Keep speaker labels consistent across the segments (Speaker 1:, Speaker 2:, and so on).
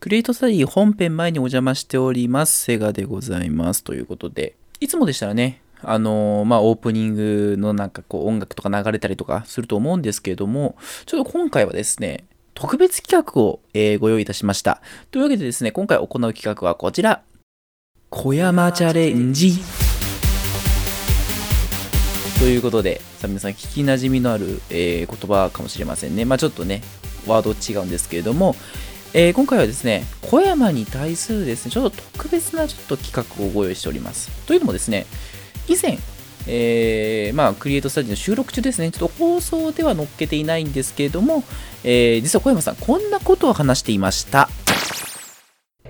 Speaker 1: クリエイトスタディ本編前にお邪魔しております。セガでございます。ということで、いつもでしたらね、あのーまあ、オープニングのなんかこう音楽とか流れたりとかすると思うんですけれども、ちょっと今回はですね、特別企画を、えーご用意いたしました。というわけでですね、今回行う企画はこちら。小山チャレンジ。ということで、さあ皆さん聞きなじみのある、えー言葉かもしれませんね。まあちょっとね、ワード違うんですけれども、えー今回はですね、小山に対するですね、ちょっと特別なちょっと企画をご用意しております。というのもですね、以前、えーまあ、クリエイトスタジオの収録中ですね、ちょっと放送では載っけていないんですけれども、えー実は小山さん、こんなことを話していました。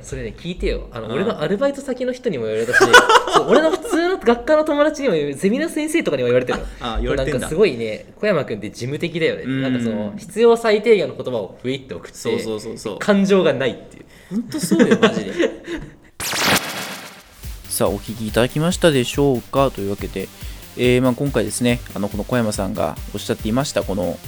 Speaker 2: それね聞いてよあの、
Speaker 1: うん
Speaker 2: 俺のアルバイト先の人にも言われたしそう俺の普通の学科の友達にもゼミの先生とかにも言われてるの
Speaker 1: あ
Speaker 2: なんかすごいね小山君って事務的だよね
Speaker 1: うん
Speaker 2: なんかその必要最低限の言葉をふいって送って
Speaker 1: そうそうそうそう。
Speaker 2: 感情がないっていう
Speaker 1: 本当 そうよ、マジで。さあ、お聞きいただきましたでしょうかというわけで、えーまあ、今回ですね、あのこの小山さんがおっしゃっていました、この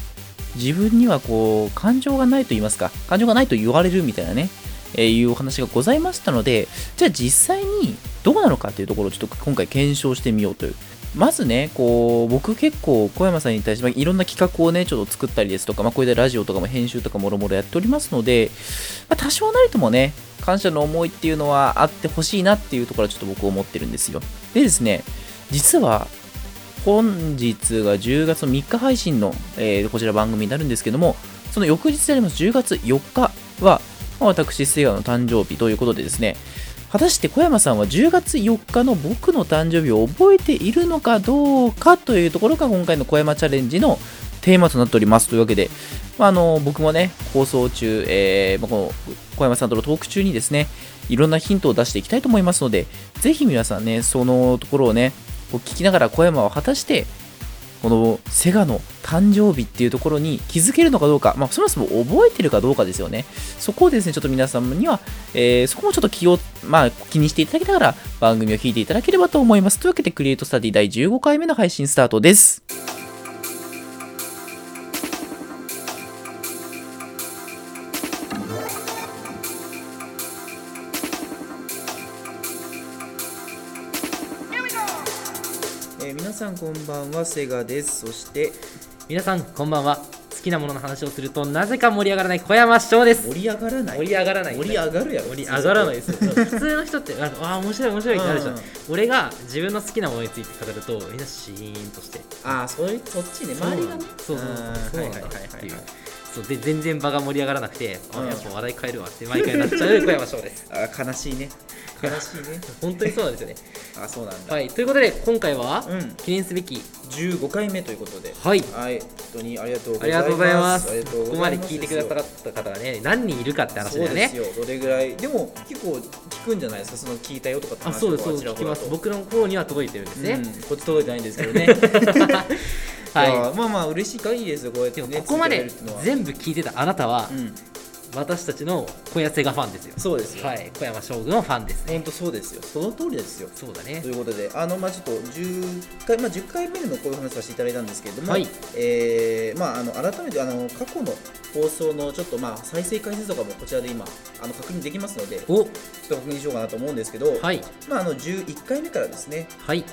Speaker 1: 自分にはこう感情がないと言いますか、感情がないと言われるみたいなね、えーいうお話がございましたので、じゃあ実際にどうなのかというところをちょっと今回検証してみようという。まずね、こう、僕結構小山さんに対してまあいろんな企画をね、ちょっと作ったりですとか、まあこういったラジオとかも編集とかもろもろやっておりますので、まあ、多少なりともね、感謝の思いっていうのはあってほしいなっていうところはちょっと僕思ってるんですよ。でですね、実は、本日が10月の3日配信の、えーこちら番組になるんですけども、その翌日であります10月4日は、まあ私、セガの誕生日ということでですね、果たして小山さんは10月4日の僕の誕生日を覚えているのかどうかというところが今回の小山チャレンジのテーマとなっておりますというわけで、まあ、あの僕もね放送中、えーまあ、この小山さんとのトーク中にですねいろんなヒントを出していきたいと思いますのでぜひ皆さんねそのところをねこう聞きながら小山は果たしてこのセガの誕生日っていうところに気づけるのかどうか、まあ、そもそも覚えてるかどうかですよね。そこをですね、ちょっと皆様には、えーそこもちょっと気を、まあ、気にしていただきながら番組を聞いていただければと思います。というわけで、クリエイトスタディ第15回目の配信スタートです。えー皆さんこんばんはセガですそして
Speaker 2: 皆さんこんばんは好きなものの話をするとなぜか盛り上がらない小山翔です
Speaker 1: 盛り上がらない
Speaker 2: 盛り上がらない
Speaker 1: 盛り上がるやろ
Speaker 2: 盛り上がらない
Speaker 1: い
Speaker 2: ですよ普通の人ってなんかああ面白い面白いってなるじゃん
Speaker 1: うん
Speaker 2: 俺が自分の好きなものについて語るとみんなシーンとして
Speaker 1: ああそれそっちね周りがね
Speaker 2: そうそうそうそう
Speaker 1: は
Speaker 2: ないん
Speaker 1: はい
Speaker 2: だ
Speaker 1: はい
Speaker 2: っていう
Speaker 1: はい
Speaker 2: そうで全然場が盛り上がらなくて、
Speaker 1: う
Speaker 2: あ
Speaker 1: ん
Speaker 2: やっぱ話題変えるわって毎回なっちゃう小山翔 です
Speaker 1: あー悲しいね悲しい ね
Speaker 2: 本当にそうなんですよね
Speaker 1: あーそうなんだ
Speaker 2: はいということで今回は、
Speaker 1: うん
Speaker 2: 記念すべき
Speaker 1: 15回目ということで
Speaker 2: はい
Speaker 1: はい本当にありがとうござ
Speaker 2: あ
Speaker 1: います
Speaker 2: りがとうございます
Speaker 1: ありがとう
Speaker 2: こ
Speaker 1: ご
Speaker 2: こ
Speaker 1: ざ
Speaker 2: ま
Speaker 1: い
Speaker 2: で
Speaker 1: ます
Speaker 2: 聞いてくださった方がね何人いるかって話だよ
Speaker 1: そ
Speaker 2: ね
Speaker 1: うですよどれぐらいでも結構聞くんじゃないですかその聞いたよとかって
Speaker 2: あ
Speaker 1: 話
Speaker 2: そうですそう
Speaker 1: と
Speaker 2: で
Speaker 1: かちら
Speaker 2: す聞
Speaker 1: ほ
Speaker 2: き
Speaker 1: ら
Speaker 2: ま
Speaker 1: と
Speaker 2: す僕の方には届いてるんです
Speaker 1: う
Speaker 2: ね
Speaker 1: ん、こっち届いてないんですけどねい
Speaker 2: は
Speaker 1: やまあまあ嬉しい限りですよこうやっ
Speaker 2: い
Speaker 1: て
Speaker 2: でも
Speaker 1: ね
Speaker 2: ここま
Speaker 1: 続けられ
Speaker 2: で
Speaker 1: るっていうのは
Speaker 2: 全部聞いてたあなたは、
Speaker 1: うん
Speaker 2: 私たちの小屋セガファンですよ
Speaker 1: そうですよ
Speaker 2: はい小山将軍のファンですね
Speaker 1: 本当そうですよその通りですよ
Speaker 2: そうだね
Speaker 1: ということで、あのまあちょっと10回,、まあ、10回目のこういう話させていただいたんですけれども、
Speaker 2: はい
Speaker 1: えーまあ、あの改めてあの過去の放送のちょっと、まあ、再生回数とかもこちらで今あの確認できますので、ちょっ
Speaker 2: お
Speaker 1: と確認しようかなと思うんですけど、
Speaker 2: はい
Speaker 1: まあ、あの11回目からですね、
Speaker 2: はい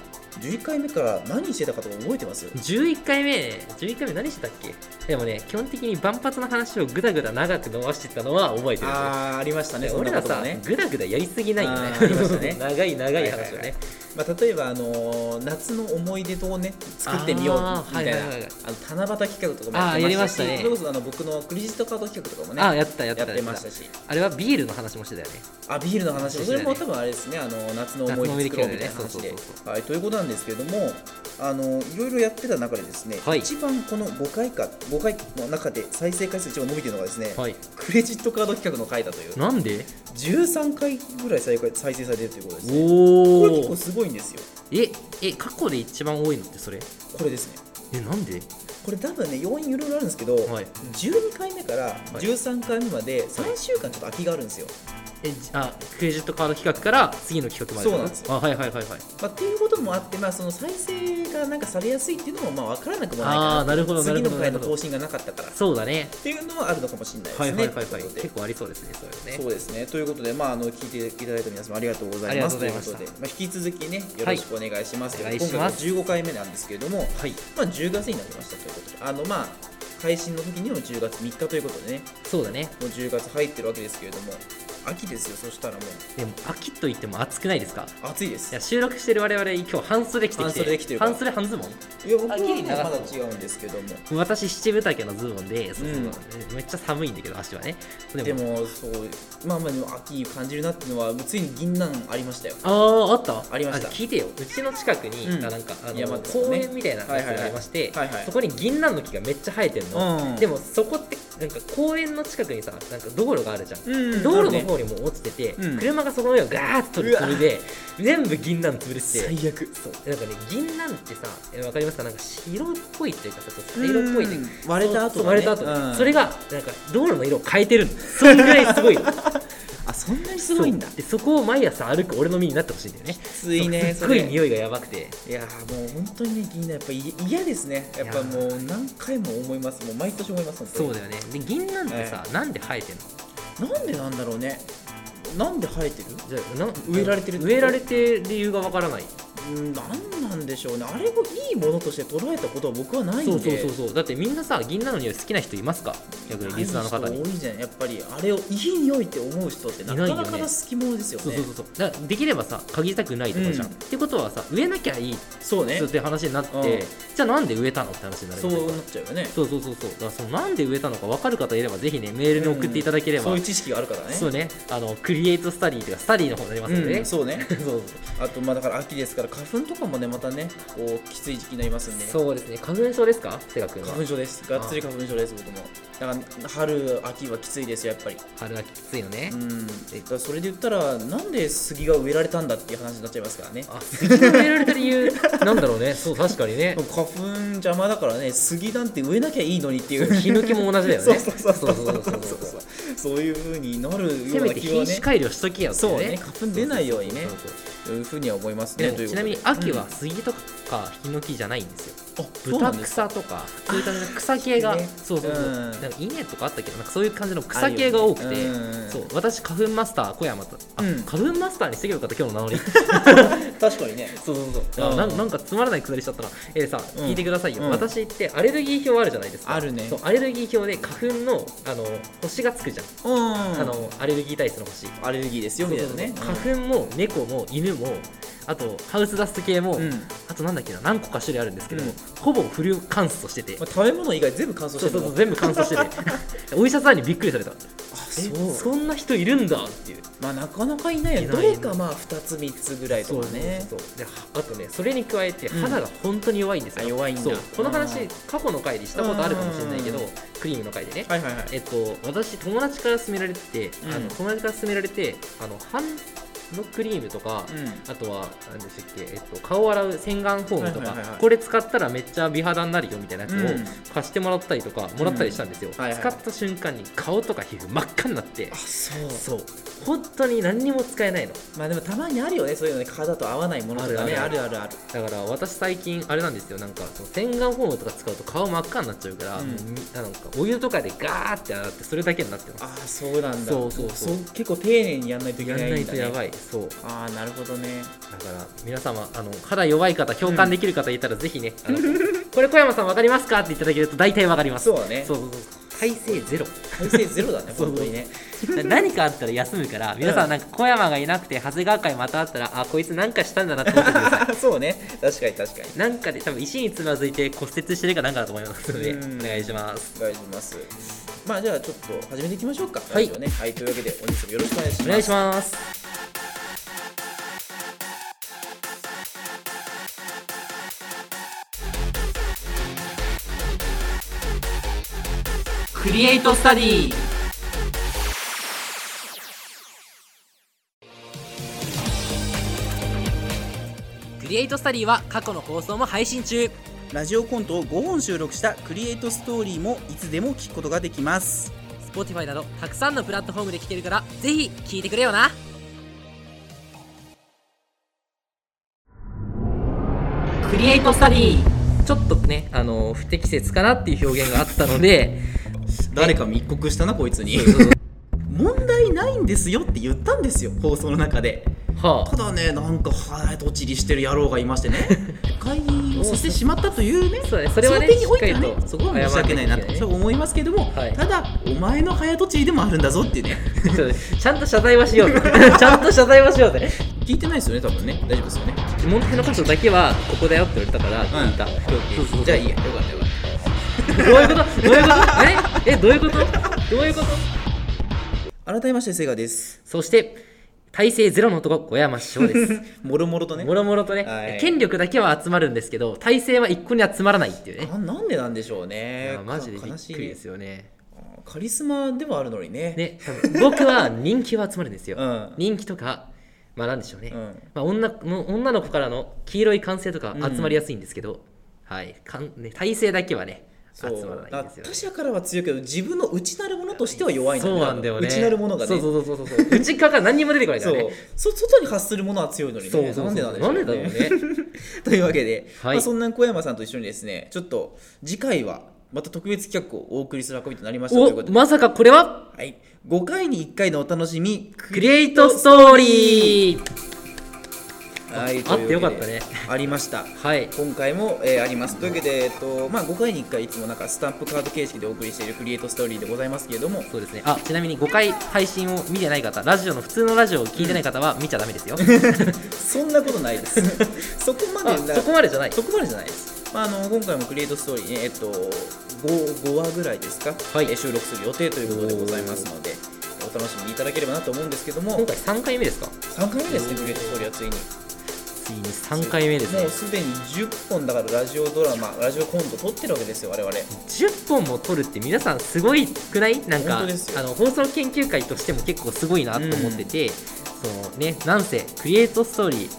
Speaker 1: 11回目から何してたかとか覚えてます
Speaker 2: 11回目11回目何してたっけでもね基本的に万発の話をぐだぐだ長く伸ばしてたのは覚えてるんですよ
Speaker 1: あーありましたね、
Speaker 2: で
Speaker 1: そん
Speaker 2: 俺
Speaker 1: な
Speaker 2: ら
Speaker 1: こと
Speaker 2: さ
Speaker 1: ね、。
Speaker 2: ぐだぐだやりすぎないよね
Speaker 1: あーありました ね
Speaker 2: 長い長
Speaker 1: はい
Speaker 2: い話を
Speaker 1: はいはい
Speaker 2: ね
Speaker 1: まあ、例えば、あのー夏の思い出とね作ってみようみ
Speaker 2: あー
Speaker 1: たいな、
Speaker 2: はいはいはいはい
Speaker 1: あの七夕企画とかもやって
Speaker 2: あーやりましたね
Speaker 1: それこそあの僕のクレジットカード企画とかもね
Speaker 2: あーやってたやって
Speaker 1: やったて
Speaker 2: や
Speaker 1: ま
Speaker 2: っ
Speaker 1: してた
Speaker 2: た
Speaker 1: し。
Speaker 2: あれはビールの話もしてたよね
Speaker 1: あビールの話
Speaker 2: そう
Speaker 1: それ
Speaker 2: そう
Speaker 1: も
Speaker 2: だね
Speaker 1: 多分あれですねあの夏の思い出作ろうみたいな
Speaker 2: 夏
Speaker 1: 話
Speaker 2: の思い
Speaker 1: で
Speaker 2: 出企画だよねそうそう、
Speaker 1: はい、ということなんですけれどもあのいろいろやってた中でですね、
Speaker 2: はい
Speaker 1: 一番この5回か5回の中で再生回数一番伸びてるのがですね、
Speaker 2: はい
Speaker 1: クレジットカード企画の回だという
Speaker 2: なんで
Speaker 1: 13回ぐらい再生再生されてるということですねこれ結
Speaker 2: お
Speaker 1: 構
Speaker 2: お
Speaker 1: すごいんですよ
Speaker 2: ええ過去で一番多いのってそれ
Speaker 1: これですね
Speaker 2: えなんで
Speaker 1: これ多分ね要因いろいろあるんですけど、
Speaker 2: はい
Speaker 1: 12回目から13回目まで3週間ちょっと空きがあるんですよ、
Speaker 2: えじあクレジットカード企画から次の企画まで
Speaker 1: そうなんです
Speaker 2: あはいはいはいはい
Speaker 1: まあ、っていうこともあって、まあ、その再生がなんかされやすいっていうのもまあ分からなくもない
Speaker 2: ああ
Speaker 1: か
Speaker 2: ーなるほ
Speaker 1: ら
Speaker 2: どな
Speaker 1: 次
Speaker 2: る
Speaker 1: の
Speaker 2: ほどな
Speaker 1: 回
Speaker 2: る
Speaker 1: の
Speaker 2: ほど
Speaker 1: 更新がなかったからっ
Speaker 2: そうだね
Speaker 1: ていうのはあるのかもしれないです
Speaker 2: は
Speaker 1: ね。
Speaker 2: いはいはいはい
Speaker 1: ということで
Speaker 2: 結構ありそうですねそういうのね
Speaker 1: そうですね。ということで、まあ、あの聞いていただいた皆様ありがとうございます
Speaker 2: ありがとうございました
Speaker 1: いうことで、まあ、引き続きね、よろしくお願いします。
Speaker 2: はいお願い
Speaker 1: 今
Speaker 2: し
Speaker 1: 回は
Speaker 2: ます
Speaker 1: 15回目なんですけれども、
Speaker 2: はい
Speaker 1: まあ、10月になりましたということで、あのまあ配信の時にも10月3日ということでね、
Speaker 2: そうだね
Speaker 1: もう10月入ってるわけですけれども、秋ですよ、そしたらもう
Speaker 2: でも秋といっても暑くないですか
Speaker 1: 暑いで
Speaker 2: い
Speaker 1: す。
Speaker 2: や収録してる我々今日半袖着てきて
Speaker 1: 半袖で来てるから
Speaker 2: 半袖半ズボン
Speaker 1: いや、僕は
Speaker 2: あギリ
Speaker 1: ね
Speaker 2: 長
Speaker 1: ま
Speaker 2: さ
Speaker 1: だ違うんですけども。
Speaker 2: 私七分丈のズボンでそうそう
Speaker 1: うん
Speaker 2: めっちゃ寒いんだけど足はねで
Speaker 1: でもそうまあまあでも秋感じるなっていうのはもうついに銀杏ありましたよ
Speaker 2: あああった
Speaker 1: ありました
Speaker 2: 聞いてようちの近くに、
Speaker 1: うん
Speaker 2: あなんかあの、
Speaker 1: 山ですよ
Speaker 2: 公
Speaker 1: ね
Speaker 2: 園みたいなのがありまして、
Speaker 1: はいはいはいはいはい
Speaker 2: そこに銀杏の木がめっちゃ生えてるの、
Speaker 1: うん
Speaker 2: でもそこってなんか公園の近くにさなんか道路があるじゃん、
Speaker 1: うん
Speaker 2: 道路の方にも落ちてて、
Speaker 1: うん
Speaker 2: 車がその上をガーッと取り込みで全部銀杏潰れてて
Speaker 1: 最悪
Speaker 2: そうなんかね銀杏ってさえわかりますかなんか白っぽいっていうかさちょっと茶色っぽいっていうか
Speaker 1: 割れた
Speaker 2: そ
Speaker 1: 後
Speaker 2: う
Speaker 1: とかね
Speaker 2: 割れた後、
Speaker 1: うん
Speaker 2: それがなんか道路の色を変えてるのそれぐらい すごいの
Speaker 1: あそんなにすごいんだ
Speaker 2: そうでそこを毎朝歩く俺の身になってほしいんだよね
Speaker 1: ついね
Speaker 2: すっ
Speaker 1: そ
Speaker 2: ご
Speaker 1: れ
Speaker 2: い匂いがやばくて
Speaker 1: いやーもう本当にね銀杏やっぱい嫌ですねやっぱもう何回も思いますもう毎年思います本当
Speaker 2: そう
Speaker 1: に
Speaker 2: だよねで銀杏ってさ、なんで生えてんの
Speaker 1: なんでなんだろうねなんで生えてる
Speaker 2: じゃあな
Speaker 1: 植えられてるってこと
Speaker 2: 植えられて理由がわからない
Speaker 1: うんなんなんでしょうねあれをいいものとして捉えたことは僕はないんで
Speaker 2: そうそうそうそうだってみんなさ銀杏の匂い好きな人いますか逆にリスナーの方
Speaker 1: ない
Speaker 2: に
Speaker 1: 人多いじゃんやっぱりあれをいい匂いって思う人ってなか
Speaker 2: いな
Speaker 1: ないか
Speaker 2: よね
Speaker 1: な好き者ですよね
Speaker 2: そうそうそうそうだからできればさ嗅ぎたくないとかじゃん、
Speaker 1: うん
Speaker 2: ってことはさ植えなきゃいいっ
Speaker 1: そうね
Speaker 2: て話になって、
Speaker 1: うん
Speaker 2: じゃあなんで植えたのって話になる
Speaker 1: そ
Speaker 2: じゃん
Speaker 1: うなっちゃうよね
Speaker 2: そうそうそうそうだからそのなんで植えたのか分かる方いればぜひねメールに送っていただければ、
Speaker 1: そういう知識があるからね
Speaker 2: そうねあのクリエイトスタディというかスタディの方になりますのでね、
Speaker 1: うん そうね
Speaker 2: そうそう
Speaker 1: あとまあだから秋ですから花粉とかもねまたねこうきつい時期になりますんで
Speaker 2: そうですね花粉症ですかセガ君は
Speaker 1: 花粉症ですがっつり花粉症です僕もだから春秋はきついですよやっぱり
Speaker 2: 春はきついのね、
Speaker 1: うんだからそれで言ったらなんで杉が植えられたんだっていう話になっちゃいますからね
Speaker 2: あ杉が植えられた理由なんだろうねそう確かにね
Speaker 1: 花粉邪魔だからね杉なんて植えなきゃいいのにっていう
Speaker 2: ヒノキも同じだよね
Speaker 1: そうそうそうそうそうそう
Speaker 2: そうそう
Speaker 1: そういう風になる
Speaker 2: せ
Speaker 1: よう
Speaker 2: め
Speaker 1: な
Speaker 2: て
Speaker 1: 気は
Speaker 2: 品種
Speaker 1: ね
Speaker 2: 改良しときやって
Speaker 1: そうね花粉出ないようにね
Speaker 2: そうそうそう
Speaker 1: いうふうには思います
Speaker 2: で
Speaker 1: ね
Speaker 2: も
Speaker 1: という
Speaker 2: ち
Speaker 1: こと
Speaker 2: なみ
Speaker 1: で
Speaker 2: に秋は杉とかヒノキじゃないんですよ
Speaker 1: うんあそうな
Speaker 2: 豚
Speaker 1: んです
Speaker 2: 草とかそういったね草系が
Speaker 1: ね
Speaker 2: そうそうそう
Speaker 1: うん
Speaker 2: なんか稲とかあったけどなんかそういう感じの草系が多く
Speaker 1: ある
Speaker 2: て
Speaker 1: よねうん
Speaker 2: そう私花粉マスター小山とあ
Speaker 1: うん
Speaker 2: 花粉マスターにしてくるかと今日の名乗 り
Speaker 1: 確かにね
Speaker 2: そうそうそう
Speaker 1: うん
Speaker 2: ななんかつまらないくだりしちゃったなえーさ
Speaker 1: うん
Speaker 2: 聞いてくださいよ
Speaker 1: うん
Speaker 2: 私ってアレルギー表あるじゃないですか
Speaker 1: あるね
Speaker 2: そうアレルギー表で花粉のあの星がつくじゃん
Speaker 1: うん
Speaker 2: あのアレルギー体質の星
Speaker 1: アレルギーですよみたいなね
Speaker 2: そうそうそう花粉も猫も犬もあとハウスダスト系も
Speaker 1: うん
Speaker 2: あとなんだっけな何個か種類あるんですけど
Speaker 1: うん
Speaker 2: ほぼフル乾燥してて
Speaker 1: まあ、食べ物以外全部乾燥し
Speaker 2: そ
Speaker 1: て
Speaker 2: うそ
Speaker 1: る
Speaker 2: うそ
Speaker 1: の
Speaker 2: う全部乾燥し ててお医者さんにびっくりされた
Speaker 1: あ
Speaker 2: え
Speaker 1: そう
Speaker 2: そんな人いるんだっていう
Speaker 1: まあなかなかいないよね
Speaker 2: い
Speaker 1: ど
Speaker 2: ないよ
Speaker 1: れ
Speaker 2: ね
Speaker 1: かまあ2つ3つぐらいとかね
Speaker 2: そうではあとねそれに加えて
Speaker 1: うん
Speaker 2: 肌が本当に弱いんですよ、
Speaker 1: あ弱いんだ
Speaker 2: そうこの
Speaker 1: う
Speaker 2: 話
Speaker 1: ん
Speaker 2: 過去の回でしたことあるかもしれないけど
Speaker 1: うん
Speaker 2: クリームの回でね
Speaker 1: はいはいはい
Speaker 2: えっと私友達から勧められてて、
Speaker 1: うん
Speaker 2: あの友達から勧められてあのハンドクリームとか、
Speaker 1: う
Speaker 2: あとは何でしたっけ、えっと、顔を洗う洗顔フォームとか、
Speaker 1: はいはいはいはい
Speaker 2: これ使ったらめっちゃ美肌になるよみたいなやつ
Speaker 1: うん
Speaker 2: を貸してもらったりとか、もらったりしたんですよ、
Speaker 1: うんはいはい
Speaker 2: 使った瞬間に顔とか皮膚真っ赤になって
Speaker 1: あそう
Speaker 2: そう本当に何にも使えないの
Speaker 1: まあでもたまにあるよねそういうのね肌と合わないものとかねあ
Speaker 2: あ
Speaker 1: る
Speaker 2: る
Speaker 1: あるある
Speaker 2: だから私最近あれなんですよなんかその洗顔フォームとか使うと顔真っ赤になっちゃうから、
Speaker 1: うん
Speaker 2: もうみあなんかお湯とかでガーって洗ってそれだけになってます
Speaker 1: ああそうなんだ
Speaker 2: そうそうそう
Speaker 1: 結構丁寧にやんないといけ
Speaker 2: や
Speaker 1: なんいんだ、
Speaker 2: な
Speaker 1: ね、
Speaker 2: いとやばいそう
Speaker 1: ああなるほどね
Speaker 2: だから皆様あの肌弱い方共感できる方いたらぜひね、あのこれ小山さん分かりますかっていただけると大体分かります
Speaker 1: そうだね
Speaker 2: そうそうそう体勢ゼロ
Speaker 1: 体勢ゼロ だね
Speaker 2: そう
Speaker 1: 本当にね
Speaker 2: な何かあったら休むから皆さんなんか小山がいなくて長谷川会またあったらあこいつなんかしたんだなって思ってく ださ
Speaker 1: そうね確かに確かに
Speaker 2: いなんかで多分石につまずいて骨折してるかなんかだと思いますので
Speaker 1: うん
Speaker 2: お願いします
Speaker 1: お願いしますまあじゃあちょっと始めていきましょうか
Speaker 2: はい
Speaker 1: ラジオねはいというわけで本日もよろしくお願いします
Speaker 2: お願いしますクリエイトスタディクリエイトスタディは過去の放送も配信中
Speaker 1: ラジオコントを5本収録したクリエイトストーリーもいつでも聞くことができます
Speaker 3: Spotify などたくさんのプラットフォームで聴けるからぜひ聴いてくれよなクリエイトスタディちょっとねあの不適切かなっていう表現があったので
Speaker 1: 誰か密告したなこいつに問題ないんですよって言ったんですよ放送の中で
Speaker 2: はあ
Speaker 1: ただねなんか早とちりしてる野郎がいましてね 会議をさせてしまったというね
Speaker 2: そうだねそれはね
Speaker 1: その点においては
Speaker 2: しっかり
Speaker 1: ね
Speaker 2: と
Speaker 1: そこは申し訳ないな
Speaker 2: 謝らなきゃいけない
Speaker 1: と
Speaker 2: ね
Speaker 1: そう思いますけども、
Speaker 2: はい
Speaker 1: ただお前の早とちりでもあるんだぞっていうね
Speaker 2: そう ちゃんと 謝罪はしようぜちゃんと謝罪はしようぜ
Speaker 1: 聞いてないですよね多分ね大丈夫ですよね
Speaker 2: 問題の箇所だけはここだよって言われたから聞いた、
Speaker 1: OK じゃあいいやよかったよかっ
Speaker 2: どういうことどういうことええどういうことどういうこと
Speaker 1: た改めましてセガです
Speaker 2: そして体勢ゼロの男小山翔です
Speaker 1: もろもろとね
Speaker 2: もろもろとね、
Speaker 1: はい
Speaker 2: 権力だけは集まるんですけど体勢は一個に集まらないっていうね
Speaker 1: あなんでなんでしょうね
Speaker 2: あマジでびっ
Speaker 1: 悲
Speaker 2: く
Speaker 1: しい
Speaker 2: りですよね
Speaker 1: ねカリスマでもあるのにね
Speaker 2: ね多分僕は人気は集まるんですよ、
Speaker 1: うん
Speaker 2: 人気とかまあなんでしょうね、
Speaker 1: うん
Speaker 2: まあ、女の女の子からの黄色い歓声とか集まりやすいんですけど、はいかんね、体勢だけはね集
Speaker 1: そう
Speaker 2: まらないんです
Speaker 1: だから
Speaker 2: よ、ね
Speaker 1: 他、者からは強いけど自分の内なるものとしては弱い
Speaker 2: そうなんだよね
Speaker 1: 内なるものがね
Speaker 2: そうそうそうそうそう内側から何にも出てこないからね
Speaker 1: そうそ外に発するものは強いのにね
Speaker 2: そうそうそう
Speaker 1: なんでなんでしょ
Speaker 2: な
Speaker 1: うんね
Speaker 2: でだろうね
Speaker 1: というわけで、
Speaker 2: はい
Speaker 1: まあ、そんな小山さんと一緒にですねちょっと次回はまた特別企画をお送りする運びとなりましたということ
Speaker 2: お
Speaker 1: で、
Speaker 2: まさかこれは
Speaker 1: はい、5回に1回のお楽しみ
Speaker 2: クリエイトストーリー
Speaker 1: はい
Speaker 2: あってよかったね
Speaker 1: というわけでありました
Speaker 2: はい
Speaker 1: 今回も、えーありますというわけで、えっとまあ、5回に1回いつもなんかスタンプカード形式でお送りしているクリエイトストーリーでございますけれども
Speaker 2: そうですねあちなみに5回配信を見てない方ラジオの普通のラジオを聞いてない方は見ちゃダメですよ、
Speaker 1: そんなことないです そこま
Speaker 2: あ
Speaker 1: でな
Speaker 2: そこまでじゃない
Speaker 1: そこまでじゃないです、まあ、あの今回もクリエイトストーリーね、えっと、5, 5話ぐらいですか、
Speaker 2: はい
Speaker 1: えー収録する予定ということでございますのでお楽しみいただければなと思うんですけども
Speaker 2: 今回3回目ですか
Speaker 1: 3回目ですねクリエイトストーリーはついに
Speaker 2: ついに3回目ですね
Speaker 1: もうすでに10本だからラジオドラマラジオコント撮ってるわけですよ我々
Speaker 2: 10本も撮るって皆さんすごいくないなんか
Speaker 1: 本当ですよ
Speaker 2: あの放送研究会としても結構すごいなと思ってて、そのねなんせクリエイトストーリー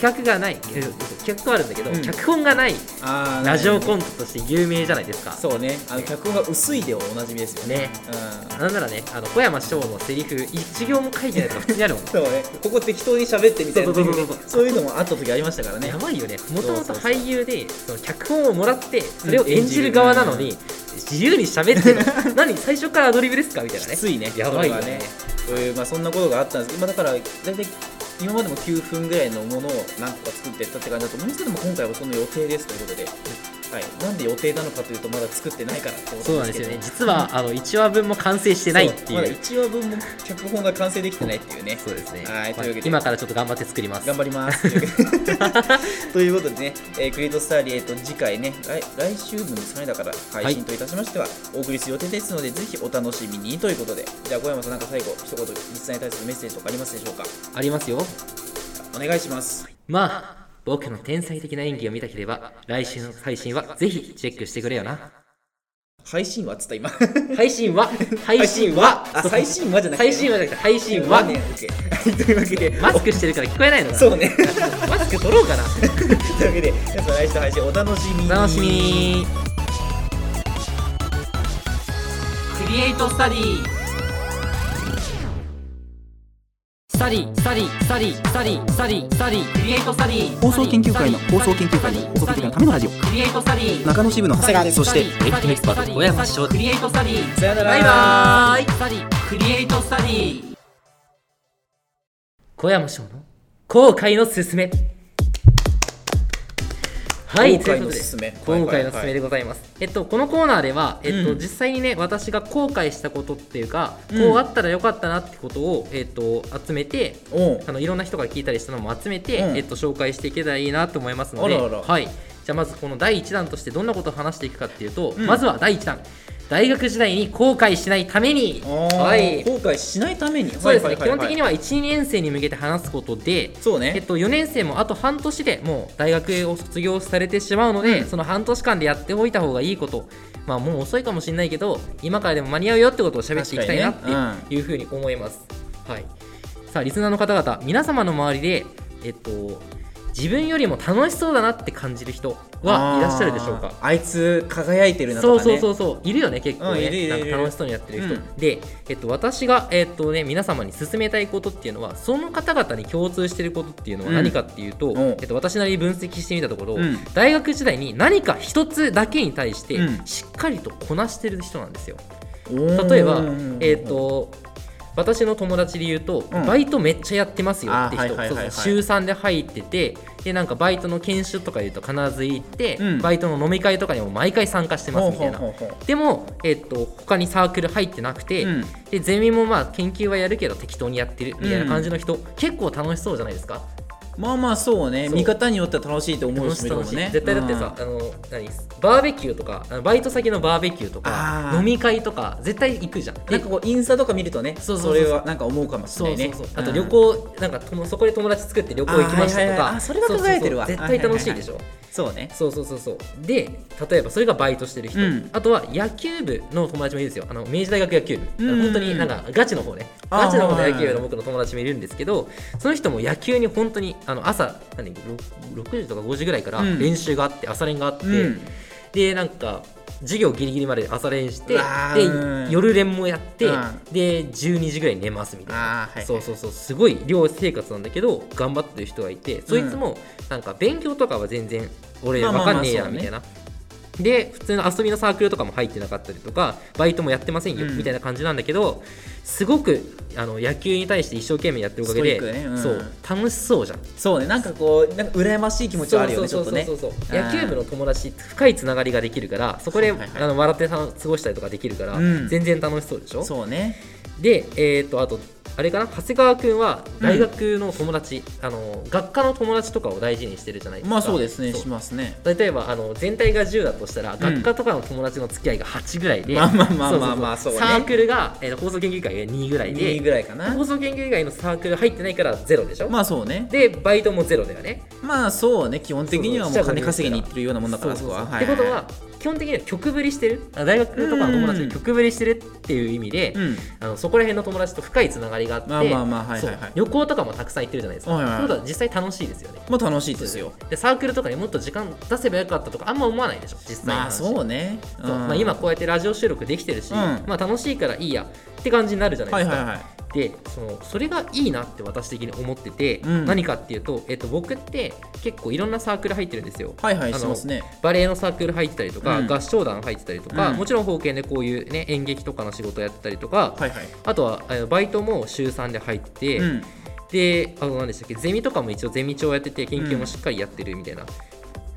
Speaker 2: 企画がない、え企画はあるんだけど、
Speaker 1: うん
Speaker 2: 脚本がない
Speaker 1: あ
Speaker 2: ラジオコントとして有名じゃないですか
Speaker 1: そうねあの脚本が薄いでおなじみですよね
Speaker 2: ね
Speaker 1: うん
Speaker 2: なんならねあの小山翔のセリフ一行も書いてないとか普通にあるもん
Speaker 1: そうねここ適当に喋ってみたいな
Speaker 2: そうそうそうそう
Speaker 1: そういうのもあった時ありましたからね
Speaker 2: やばいよねもと
Speaker 1: そう
Speaker 2: も
Speaker 1: そ
Speaker 2: と
Speaker 1: うそう
Speaker 2: 俳優でその脚本をもらってそれを演じる側なのに自由に喋って る何最初からアドリブですかみたいなね
Speaker 1: きついね
Speaker 2: やばいよ
Speaker 1: それは
Speaker 2: ね
Speaker 1: そういう、まあ、そんなことがあったんですけど、まあ、だから大体今までも9分ぐらいのものを何個か作っていったって感じだと思うんですけども今回はその予定ですということで、はい、なんで予定なのかというとまだ作ってないからってこと
Speaker 2: そうなんです
Speaker 1: け
Speaker 2: よ
Speaker 1: ど
Speaker 2: ね実はあの1話分も完成してないっていう
Speaker 1: そまだ1話分も脚本が完成できてないっていうね
Speaker 2: そうですね、
Speaker 1: はいとい
Speaker 2: まあ
Speaker 1: うわけで
Speaker 2: 今からちょっと頑張って作ります
Speaker 1: 頑張ります ということでね、えークリエイトスターリー、えーと次回ね来来週分ですかねだから配信といたしましては、お送りする予定ですのでぜひお楽しみにということでじゃあ小山さんなんか最後一言リスナーに対するメッセージとかありますでしょうか
Speaker 2: ありますよ
Speaker 1: お願いします
Speaker 2: まあ僕の天才的な演技を見たければ来週の配信はぜひチェックしてくれよな
Speaker 1: 配信はっつった 今
Speaker 2: 配 信は配信は
Speaker 1: あ最新話じゃなくて
Speaker 2: 最新話じゃなくて配信
Speaker 1: は
Speaker 2: は
Speaker 1: ねオッケー はいというわけで
Speaker 2: マスクしてるから聞こえないのかな
Speaker 1: そうね
Speaker 2: マスク取ろうかな
Speaker 1: というわけで皆さん来週の配信お楽しみに
Speaker 2: お楽しみに
Speaker 3: クリエイトスタディスタディスタディスタディスタディスタディスタディクリエイトスタディ
Speaker 4: 放送研究会の放送研究会の放送研究会のためのラジオ
Speaker 3: クリエイトスタディ
Speaker 4: 中野支部の長谷川ですそして
Speaker 3: クリエイトエキスパート小山翔クリエイトスタディ
Speaker 1: さよなら
Speaker 3: バイバーイスタディクリエイトスタディ
Speaker 2: 小山翔の後悔のすすめはい
Speaker 1: 後
Speaker 2: と
Speaker 1: 悔
Speaker 2: いうこ
Speaker 1: の
Speaker 2: とです
Speaker 1: すめ
Speaker 2: 今回のすすめでございます、えっとこのコーナーでは、えっと
Speaker 1: うん
Speaker 2: 実際にね私が後悔したことっていうか、
Speaker 1: うん
Speaker 2: こうあったらよかったなってことを、えっと、集めて
Speaker 1: おう
Speaker 2: あのいろんな人が聞いたりしたのも集めて、
Speaker 1: うん
Speaker 2: えっと、紹介していけたらいいなと思いますので
Speaker 1: あらあら
Speaker 2: はい、じゃあまずこの第1弾としてどんなことを話していくかっていうと、
Speaker 1: うん
Speaker 2: まずは第1弾大学時代に後悔しないために、
Speaker 1: あー
Speaker 2: はい、
Speaker 1: 後悔しないために
Speaker 2: そうですね基本的に
Speaker 1: は
Speaker 2: は1、2年生に向けて話すことで、
Speaker 1: そう
Speaker 2: えっ
Speaker 1: ね
Speaker 2: と、4年生もあと半年でもう大学を卒業されてしまうので、その半年間でやっておいた方がいいこと、まあ、もう遅いかもしれないけど今からでも間に合うよってことを喋っていきたいな
Speaker 1: 確かにね
Speaker 2: っていうふうに思います、はい、さあリスナーの方々皆様の周りで、えっと、自分よりも楽しそうだなって感じる人はいらっしゃるでしょうか
Speaker 1: あーあいつ輝いてるな
Speaker 2: そ
Speaker 1: と
Speaker 2: う
Speaker 1: か、ね、
Speaker 2: そうそうそういるよね結構
Speaker 1: うんいるい
Speaker 2: ね
Speaker 1: る
Speaker 2: なん
Speaker 1: い
Speaker 2: か
Speaker 1: る
Speaker 2: 楽しそうにやってる人、
Speaker 1: うん
Speaker 2: で、えっと、私が、えっとね、皆様に勧めたいことっていうのはその方々に共通してることっていうのは
Speaker 1: うん
Speaker 2: 何かっていうと、
Speaker 1: おう
Speaker 2: えっと、私なりに分析してみたところ、
Speaker 1: うん
Speaker 2: 大学時代に何か一つだけに対して
Speaker 1: うん
Speaker 2: しっかりとこなしてる人なんですよ、
Speaker 1: おー
Speaker 2: 例えば、えっと私の友達で言うと、
Speaker 1: うん
Speaker 2: バイトめっちゃやってますよって
Speaker 1: あはい
Speaker 2: 人
Speaker 1: はいはい
Speaker 2: そう
Speaker 1: は
Speaker 2: そう
Speaker 1: い
Speaker 2: 週3で入っててでなんかバイトの研修とか言うと必ず行って、
Speaker 1: うん
Speaker 2: バイトの飲み会とかにも毎回参加してますみたいな
Speaker 1: ほうほうほうほ
Speaker 2: でも、えっと他にサークル入ってなくて、
Speaker 1: ううん
Speaker 2: でゼミもまあ研究はやるけど適当にやってるみたいな感じの人、結構楽しそうじゃないですか
Speaker 1: まあまあそうね
Speaker 2: そう
Speaker 1: 見方によっては楽しいと思う
Speaker 2: 楽し
Speaker 1: 人
Speaker 2: い
Speaker 1: もいるも
Speaker 2: 楽し
Speaker 1: ん
Speaker 2: い、
Speaker 1: ね
Speaker 2: 絶対だってさ、あの何バーベキューとかあのバイト先のバーベキューとか
Speaker 1: あー
Speaker 2: 飲み会とか絶対行くじゃん
Speaker 1: うんなんかこうインスタとか見るとね
Speaker 2: そ
Speaker 1: そう
Speaker 2: そうそうそう
Speaker 1: れはなんか思うかもし
Speaker 2: そ
Speaker 1: れ
Speaker 2: う
Speaker 1: な
Speaker 2: そ
Speaker 1: いうね
Speaker 2: そう、あと
Speaker 1: うん
Speaker 2: 旅行なんかともそこで友達作って旅行行きま
Speaker 1: あ
Speaker 2: したと
Speaker 1: ーはいはいはい
Speaker 2: か
Speaker 1: あそれは輝いてるわ
Speaker 2: そうそうそう絶対楽しいでしょ、
Speaker 1: そうね
Speaker 2: そうそうそうそうで例えばそれがバイトしてる人、
Speaker 1: うん
Speaker 2: あとは野球部の友達もいるんですよあの明治大学野球部、
Speaker 1: うんうんうん
Speaker 2: 本当になんかガチの方ね
Speaker 1: あー
Speaker 2: ガチの方
Speaker 1: は
Speaker 2: の
Speaker 1: い
Speaker 2: 野球部の僕の友達もいるんですけどその人も野球に本当にあの朝何 6, 6時とか5時ぐらいから
Speaker 1: うん
Speaker 2: 練習があって、朝練があって、
Speaker 1: うん
Speaker 2: でなんか授業ギリギリまで朝練して
Speaker 1: う
Speaker 2: で
Speaker 1: わーうん
Speaker 2: 夜練もやって、
Speaker 1: うん
Speaker 2: で12時ぐらいに寝ますみたいな、
Speaker 1: あーはい
Speaker 2: そうそうそうすごい寮生活なんだけど頑張ってる人がいてそいつもなんか勉強とかは全然俺
Speaker 1: まあ
Speaker 2: わ
Speaker 1: まあまあ
Speaker 2: かんねえや
Speaker 1: そうね
Speaker 2: みたいな。で普通の遊びのサークルとかも入ってなかったりとかバイトもやってませんよ、
Speaker 1: うん
Speaker 2: みたいな感じなんだけどすごくあの野球に対して一生懸命やってるおかげ
Speaker 1: ストイ
Speaker 2: で、
Speaker 1: ックだねうん
Speaker 2: そう楽しそうじゃん
Speaker 1: そうねなんかこうなんか羨ましい気持ちはあるよねち
Speaker 2: そ
Speaker 1: ょ
Speaker 2: う
Speaker 1: っ
Speaker 2: そ
Speaker 1: と
Speaker 2: うそう
Speaker 1: ね
Speaker 2: そうそう
Speaker 1: うん
Speaker 2: 野球部の友達って深いつながりができるからそこで、
Speaker 1: はいはいはい
Speaker 2: あの笑ってさ過ごしたりとかできるから、
Speaker 1: うん
Speaker 2: 全然楽しそうでしょ
Speaker 1: そうね
Speaker 2: でえっ、とあとあれかな長谷川君は大学の友達、あの学科の友達とかを大事にしてるじゃないですか
Speaker 1: まあそうですね
Speaker 2: そう
Speaker 1: しますね
Speaker 2: 例えばあの全体が10だとしたら、学科とかの友達の付き合いが8ぐらいで、
Speaker 1: まあまあまあまあまあ
Speaker 2: そう
Speaker 1: そう
Speaker 2: そう
Speaker 1: ね
Speaker 2: そうサークルが、えー放送研究会が2ぐらいで
Speaker 1: 2ぐらいかな
Speaker 2: 放送研究会のサークル入ってないから0でしょ、
Speaker 1: まあそうね
Speaker 2: でバイトも0だよね
Speaker 1: まあそうね基本的にはもう
Speaker 2: そうそう
Speaker 1: 金稼ぎに行ってるようなもんだからあそこは
Speaker 2: そうそうそうってことは基本的には曲振りしてるあ大学とかの友達
Speaker 1: うん
Speaker 2: が曲振りしてるっていう意味で、
Speaker 1: うん
Speaker 2: あのそこら辺の友達と深いつながりがあって、
Speaker 1: まあまあまあはいはいはい
Speaker 2: そう旅行とかもたくさん行ってるじゃないですか、
Speaker 1: はいはいはい
Speaker 2: ってことは実際楽しいですよね
Speaker 1: まあ楽しいですよ
Speaker 2: でサークルとかにもっと時間出せばよかったとかあんま思わないでしょ実際の話
Speaker 1: まあそうねう
Speaker 2: そうんまあ、今こうやってラジオ収録できてるし、
Speaker 1: うん
Speaker 2: まあ、楽しいからいいやって感じになるじゃな
Speaker 1: は
Speaker 2: いで
Speaker 1: い
Speaker 2: すか、
Speaker 1: はいはい
Speaker 2: でそのそれがいいなって私的に思ってて、
Speaker 1: うん
Speaker 2: 何かっていうと、えっと、僕って結構いろんなサークル入ってるんですよ
Speaker 1: はいはい
Speaker 2: あの
Speaker 1: してますね
Speaker 2: バレエのサークル入ってたりとか、
Speaker 1: うん
Speaker 2: 合唱団入ってたりとか、
Speaker 1: うん
Speaker 2: もちろん保健でこういう、ね、演劇とかの仕事やってたりとか、
Speaker 1: はいはい
Speaker 2: あとはあのバイトも週3で入ってて、
Speaker 1: うん
Speaker 2: であの何でしたっけゼミとかも一応ゼミ長やってて研究もしっかりやってるみたいな、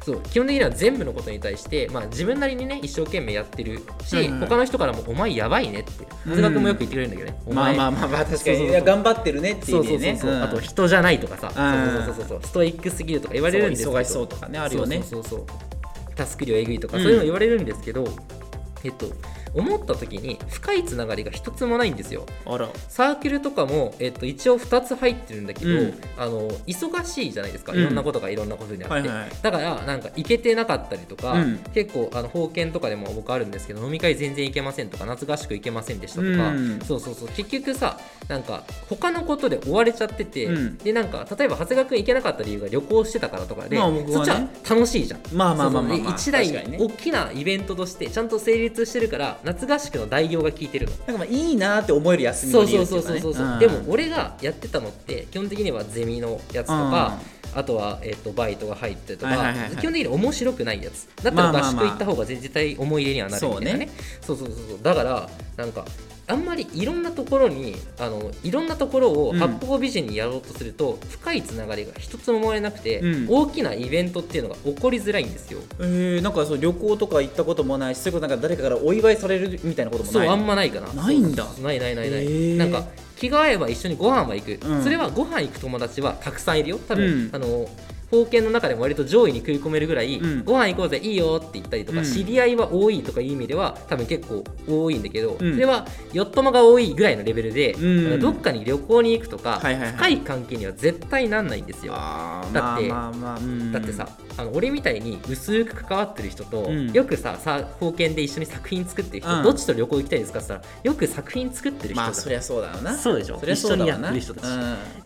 Speaker 2: そう基本的には全部のことに対して、まあ、自分なりにね一生懸命やってるし、
Speaker 1: はいはい
Speaker 2: 他の人からも「お前やばいね」って
Speaker 1: うん
Speaker 2: 長谷川君もよく言ってくれるんだけどね「お
Speaker 1: まあ
Speaker 2: 前
Speaker 1: まあまあまあ確か
Speaker 2: そうそうそう
Speaker 1: にいや頑張ってるねってい
Speaker 2: そうう
Speaker 1: 意
Speaker 2: そう
Speaker 1: 味で
Speaker 2: そ
Speaker 1: ね
Speaker 2: うそう、
Speaker 1: うん
Speaker 2: あと人じゃないとかさ、
Speaker 1: うん
Speaker 2: そうそうそうそうストイックすぎるとか言われるんですけど
Speaker 1: そう忙しそうとかねあるよね
Speaker 2: そうそうそうそうタスク量えぐいとか、
Speaker 1: うん
Speaker 2: そういうの言われるんですけどえっと思った時に深いつながりが一つもないんですよ
Speaker 1: あら
Speaker 2: サークルとかも、えっと、一応2つ入ってるんだけど、
Speaker 1: うん
Speaker 2: あの忙しいじゃないですか、
Speaker 1: うん
Speaker 2: いろんなことがいろんなことにあって、
Speaker 1: はいはいはい
Speaker 2: だからなんか行けてなかったりとか、
Speaker 1: うん
Speaker 2: 結構あの保険とかでも僕あるんですけど飲み会全然行けませんとか夏合宿行けませんでしたとか、
Speaker 1: うん
Speaker 2: そうそうそう結局さなんか他のことで追われちゃってて、
Speaker 1: うん
Speaker 2: でなんか例えば長谷川君行けなかった理由が旅行してたからとかで、
Speaker 1: まあ僕
Speaker 2: そっ
Speaker 1: は
Speaker 2: ち
Speaker 1: ね
Speaker 2: は楽しいじゃん。
Speaker 1: まあまあまあまあ
Speaker 2: そうそう
Speaker 1: まあ
Speaker 2: で一台
Speaker 1: 確かにね
Speaker 2: 大きなイベントとしてちゃんと成立してるから夏合宿の代用が効いてるの。
Speaker 1: なんかまあいいなーって思える休み
Speaker 2: そ
Speaker 1: の
Speaker 2: う
Speaker 1: 理由
Speaker 2: そう
Speaker 1: って
Speaker 2: そ
Speaker 1: いううか
Speaker 2: そう
Speaker 1: ね
Speaker 2: そうそう、
Speaker 1: ん
Speaker 2: でも俺がやってたのって基本的にはゼミのやつとか、あとは、えっとバイトが入ってとか、
Speaker 1: はいはいはいはい
Speaker 2: 基本的に面白くないやつだったら
Speaker 1: まあ
Speaker 2: 合
Speaker 1: まあ
Speaker 2: 宿
Speaker 1: まあ
Speaker 2: 行った方が絶対思い入れにはなるみたいなねそうそうそうそうだからなんかあんまりいろんなところにあのいろんなところを
Speaker 1: うん
Speaker 2: 八方美人にやろうとすると、深いつながりが一つも生まれなくて、
Speaker 1: うん
Speaker 2: 大きなイベントっていうのが起こりづらいんですよ。
Speaker 1: えー、なんかそう旅行とか行ったこともないしそういうことなんか誰かからお祝いされるみたいなことも
Speaker 2: そ
Speaker 1: な
Speaker 2: う
Speaker 1: い
Speaker 2: あんまないかな
Speaker 1: ないんだ
Speaker 2: そうないないないない、
Speaker 1: へー
Speaker 2: なんか気が合えば一緒にご飯は行く、
Speaker 1: うん
Speaker 2: それはご飯行く友達はたくさんいるよ多
Speaker 1: うん
Speaker 2: 分、あの封建の中でも割と上位に食い込めるぐらい、
Speaker 1: うん
Speaker 2: ご飯行こうぜいいよって言ったりとか、
Speaker 1: うん
Speaker 2: 知り合いは多いとかいう意味では多分結構多いんだけ
Speaker 1: う
Speaker 2: ど、
Speaker 1: ん
Speaker 2: それはよっともが多いぐらいのレベルで、
Speaker 1: うん
Speaker 2: あのどっかに旅行に行くとか、
Speaker 1: はいはいはい
Speaker 2: 深い関係には絶対なんないんですよ。
Speaker 1: あー
Speaker 2: だって
Speaker 1: まあまあまあ、うん
Speaker 2: だってさあの俺みたいに薄く関わってる人と、
Speaker 1: うん
Speaker 2: よくささ封建で一緒に作品作ってる人、
Speaker 1: うん
Speaker 2: どっちと旅行行きたいですかって言ったらよく作品作ってる人
Speaker 1: ま
Speaker 2: だ
Speaker 1: あそりゃそうだよな
Speaker 2: そうでしょ
Speaker 1: そりゃそうだわな
Speaker 2: 一緒にやってる人たち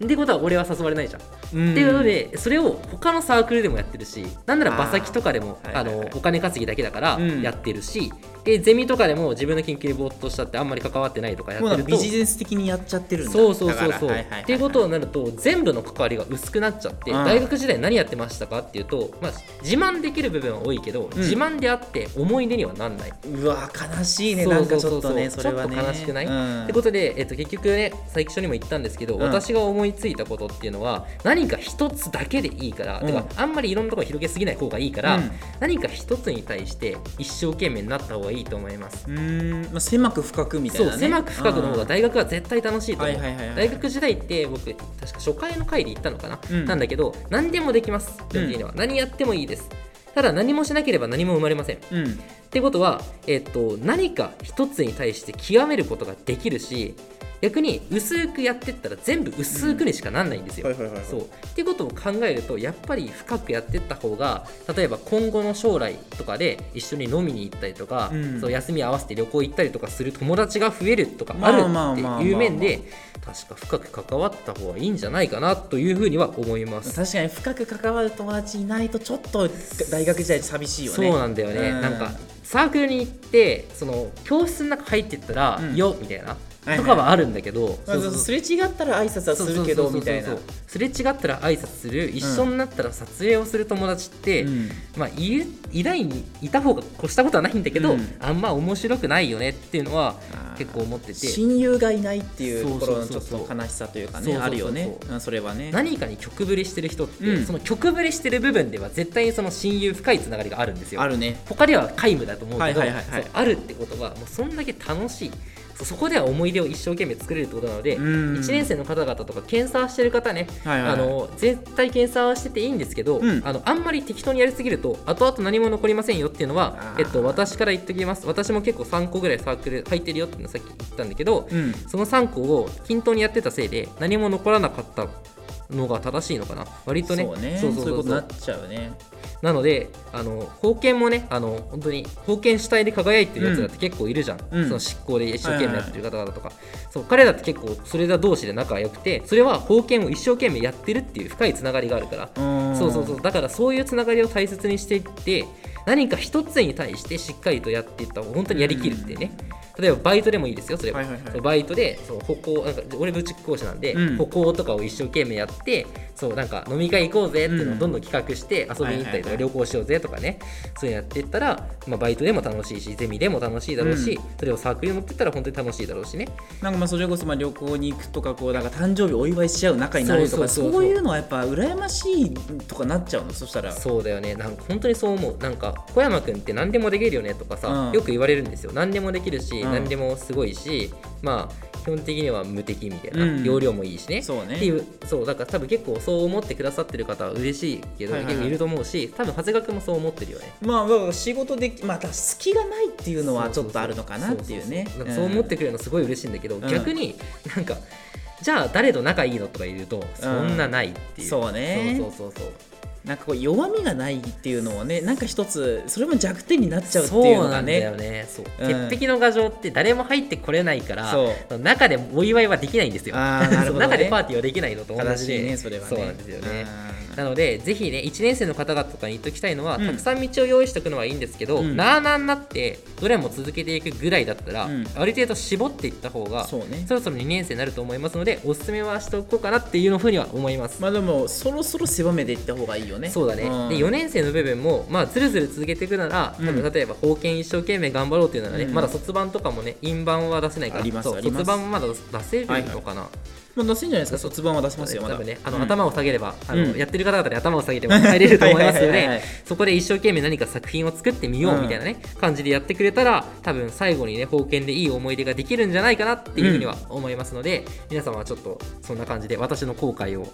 Speaker 1: うん
Speaker 2: ってことは俺は誘われないじゃん。
Speaker 1: うん
Speaker 2: っていうことでそれを他のサークルでもやってるしなんなら馬先とかでも
Speaker 3: あー
Speaker 2: あの、
Speaker 3: はいはいはい
Speaker 2: お金稼ぎだけだから
Speaker 3: うん
Speaker 2: やってるし、でゼミとかでも自分の研究にぼーっとしたってあんまり関わってないとかや
Speaker 1: もう
Speaker 2: っ
Speaker 1: なん
Speaker 2: て
Speaker 1: か
Speaker 2: る
Speaker 1: ビ
Speaker 2: と
Speaker 1: ジネス的にやっちゃってるんだ
Speaker 2: そうそうそう
Speaker 3: だ
Speaker 2: そ
Speaker 3: か
Speaker 2: う。
Speaker 3: らはいはいはいはい
Speaker 2: っていうことになると全部の関わりが薄くなっちゃって、
Speaker 1: うん
Speaker 2: 大学時代何やってましたかっていうと、まあ、自慢できる部分は多いけど、自慢であって思い出にはなんない。
Speaker 1: うわ悲しいね
Speaker 2: そう
Speaker 1: なんかちょっとねそ
Speaker 2: そ
Speaker 1: う
Speaker 2: そ
Speaker 1: れ
Speaker 2: う
Speaker 1: はね
Speaker 2: ちょっと悲しくない
Speaker 1: うん
Speaker 2: ってことで、えっと、結局ね最初にも言ったんですけど、
Speaker 1: うん
Speaker 2: 私が思いついたことっていうのは何か一つだけでいいから、
Speaker 1: うん
Speaker 2: てかあんまりいろんなところ広げすぎない方がいいから、
Speaker 1: うん
Speaker 2: 何か一つに対して一生懸命になった方がいいと思います。
Speaker 1: うーん、まあ、狭く深くみたいな、ね、
Speaker 2: そう狭く深くの方が大学は絶対楽しいと思う、
Speaker 1: はいはいはいはい
Speaker 2: 大学時代って僕確か初回の回で行ったのかな、
Speaker 1: うん
Speaker 2: なんだけど何でもできます基本的には、何やってもいいですただ何もしなければ何も生まれませんっ
Speaker 1: うん、うん
Speaker 2: てことは、えっと何か一つに対して極めることができるし逆に薄くやってったら全部薄くにしかなんないんですよ、
Speaker 1: はいはい
Speaker 2: そうっていうことを考えるとやっぱり深くやってった方が例えば今後の将来とかで一緒に飲みに行ったりとか、
Speaker 1: うん
Speaker 2: そう休み合わせて旅行行ったりとかする友達が増えるとか
Speaker 1: ま
Speaker 2: あ
Speaker 1: あまあ
Speaker 2: る
Speaker 1: まあまあま
Speaker 2: っ
Speaker 1: あ
Speaker 2: ていう面で確か深く関わった方がいいんじゃないかなというふうには思います。
Speaker 1: 確かに深く関わる友達いないとちょっと大学時代寂しいよね
Speaker 2: そうなんだよね、
Speaker 1: うん
Speaker 2: なんかサークルに行ってその教室の中入ってったら「
Speaker 1: うん
Speaker 2: よ」みたいな、
Speaker 1: はい
Speaker 2: とかはあるんだけど、
Speaker 1: まあ
Speaker 2: そうそうそう
Speaker 1: すれ違ったら挨拶はするけどみたいな
Speaker 2: そうそうそうそうすれ違ったら挨拶する一緒になったら撮影をする友達って、
Speaker 1: うん
Speaker 2: まあ、いるいないにいた方が越したことはないんだけど、
Speaker 1: うん
Speaker 2: あんま面白くないよねっていうのは
Speaker 1: あー
Speaker 2: 結構思ってて
Speaker 1: 親友がいないっていうところのち
Speaker 2: そ
Speaker 1: ょっ
Speaker 2: うそうそう
Speaker 1: と
Speaker 2: そう
Speaker 1: 悲しさというか
Speaker 2: そう
Speaker 1: ね
Speaker 2: そうそうそう
Speaker 1: あるよねうんそれはね
Speaker 2: 何かに曲ぶれしてる人って、
Speaker 1: うん
Speaker 2: その曲ぶれしてる部分では絶対にその親友深いつながりがあるんですよ。
Speaker 1: あるね
Speaker 2: 他では皆無だと思うけど、
Speaker 1: はいはいはいはい
Speaker 2: そうあるってことはもうそんだけ楽しいそうそこでは思い出を一生懸命作れるってことなので、
Speaker 1: うん
Speaker 2: 1年生の方々とか検査してる方ね、
Speaker 1: はいはいはい
Speaker 2: あの絶対検査はしてていいんですけど、
Speaker 1: うん
Speaker 2: あのあんまり適当にやりすぎると後々何も残りませんよっていうのは
Speaker 1: あ、ー
Speaker 2: えっと、私から言っておきます私も結構3個ぐらいサークル入ってるよっていうのさっき言ったんだけど、
Speaker 1: うん
Speaker 2: その3個を均等にやってたせいで何も残らなかったのが正しいのかな割とね
Speaker 1: そうねそういうことになっちゃうね
Speaker 2: なのであの貢献もねあの本当に貢献主体で輝いてるやつらって結構いるじゃん、
Speaker 1: うん
Speaker 2: その執行で一生懸命やってる方々とか、そう彼らって結構それら同士で仲良くてそれは貢献を一生懸命やってるっていう深いつながりがあるから、そうそうそうだからそういうつながりを大切にしていって何か一つに対してしっかりとやっていった方が本当にやりきるっていうね、例えばバイトでもいいですよそれは,、
Speaker 1: はいはいはい
Speaker 2: そうバイトでそう歩行なんか俺部塾講師なんで、
Speaker 1: うん
Speaker 2: 歩行とかを一生懸命やってそうなんか飲み会行こうぜっていうのをどんどん企画して遊びに行った
Speaker 1: はいは
Speaker 2: りと
Speaker 1: いは
Speaker 2: か
Speaker 1: い
Speaker 2: 旅行しようぜとかねそういうのやっていったら、まあ、バイトでも楽しいしゼミでも楽しいだろうし、それをサークルに持ってったら本当に楽しいだろうしね
Speaker 1: なんかまあそれこそまあ旅行に行くとかこうなんか誕生日お祝いしちゃう仲になるとか
Speaker 2: そ
Speaker 1: そうう
Speaker 2: そうそうそう
Speaker 1: いうのはやっぱ羨ましいとかなっちゃうのそしたら
Speaker 2: そうだよねなんか本当にそう思うなんか小山君って何でもできるよねとかさ、
Speaker 1: うん
Speaker 2: よく言われるんですよ何でもできるし、
Speaker 1: うん
Speaker 2: 何でもすごいしまあ基本的には無敵みたいな、
Speaker 1: うん
Speaker 2: 容量もいいしね
Speaker 1: そうね
Speaker 2: っていうそうだから多分結構そう思ってくださってる方は嬉しいけど、
Speaker 1: はいはいはい
Speaker 2: 結構いると思うし多分長谷川君もそう思ってるよね
Speaker 1: まあだから仕事できまあだから隙がないっていうのはちょっとあるのかなっていうね
Speaker 2: そうそうそうなんかそう思って
Speaker 1: ん
Speaker 2: くれるのすごい嬉しいんだけど、
Speaker 1: ん
Speaker 2: 逆になんかじゃあ誰と仲いいのとか言うとそんなないっていう、
Speaker 1: そうね
Speaker 2: そうそうそうそう
Speaker 1: なんかこう弱みがないっていうのをねなんか一つそれも弱点になっちゃうっていう
Speaker 2: そ
Speaker 1: の
Speaker 2: うな
Speaker 1: が
Speaker 2: んだよ
Speaker 1: ね
Speaker 2: ねそう、
Speaker 1: うん
Speaker 2: 鉄壁の牙城って誰も入ってこれないから
Speaker 1: そう
Speaker 2: 中でお祝いはできないんですよ
Speaker 1: あーなるほどね
Speaker 2: 中でパーティーはできないのと同じで
Speaker 1: 正しいねそれはね
Speaker 2: そうなんですよね
Speaker 1: うん
Speaker 2: なのでぜひね1年生の方々とかに言っときたいのは、
Speaker 1: うん
Speaker 2: たくさん道を用意しておくのはいいんですけど、
Speaker 1: うん
Speaker 2: なあなあになってどれも続けていくぐらいだったら、
Speaker 1: うん
Speaker 2: ある程度絞っていった方が
Speaker 1: そうね
Speaker 2: ろそろ2年生になると思いますのでおすすめはしておこうかなっていうのふうには思います
Speaker 1: まあでもそろそろ狭めていった方がいいよね
Speaker 2: そうだね、
Speaker 1: ん
Speaker 2: で4年生の部分もまあずるずる続けていくなら、
Speaker 1: うん
Speaker 2: 多分例えば封建一生懸命頑張ろうっていうならね、
Speaker 1: うん
Speaker 2: まだ卒版とかもね印版は出せないから
Speaker 1: あります
Speaker 2: そう
Speaker 1: あります
Speaker 2: 卒版もまだ出せるのかな、
Speaker 1: まあ出せんじゃないですか卒版は出せますよま
Speaker 2: 多
Speaker 1: だ
Speaker 2: 分ねあの、
Speaker 1: うん
Speaker 2: 頭を下げればあの、
Speaker 1: うん
Speaker 2: やってる方々で頭を下げても入れると思いますの
Speaker 1: はいはいはいは
Speaker 2: で
Speaker 1: い
Speaker 2: そこで一生懸命何か作品を作ってみようみたいなね、感じでやってくれたら多分最後にね封建でいい思い出ができるんじゃないかなっていうふうには思いますので、皆様はちょっとそんな感じで私の後悔を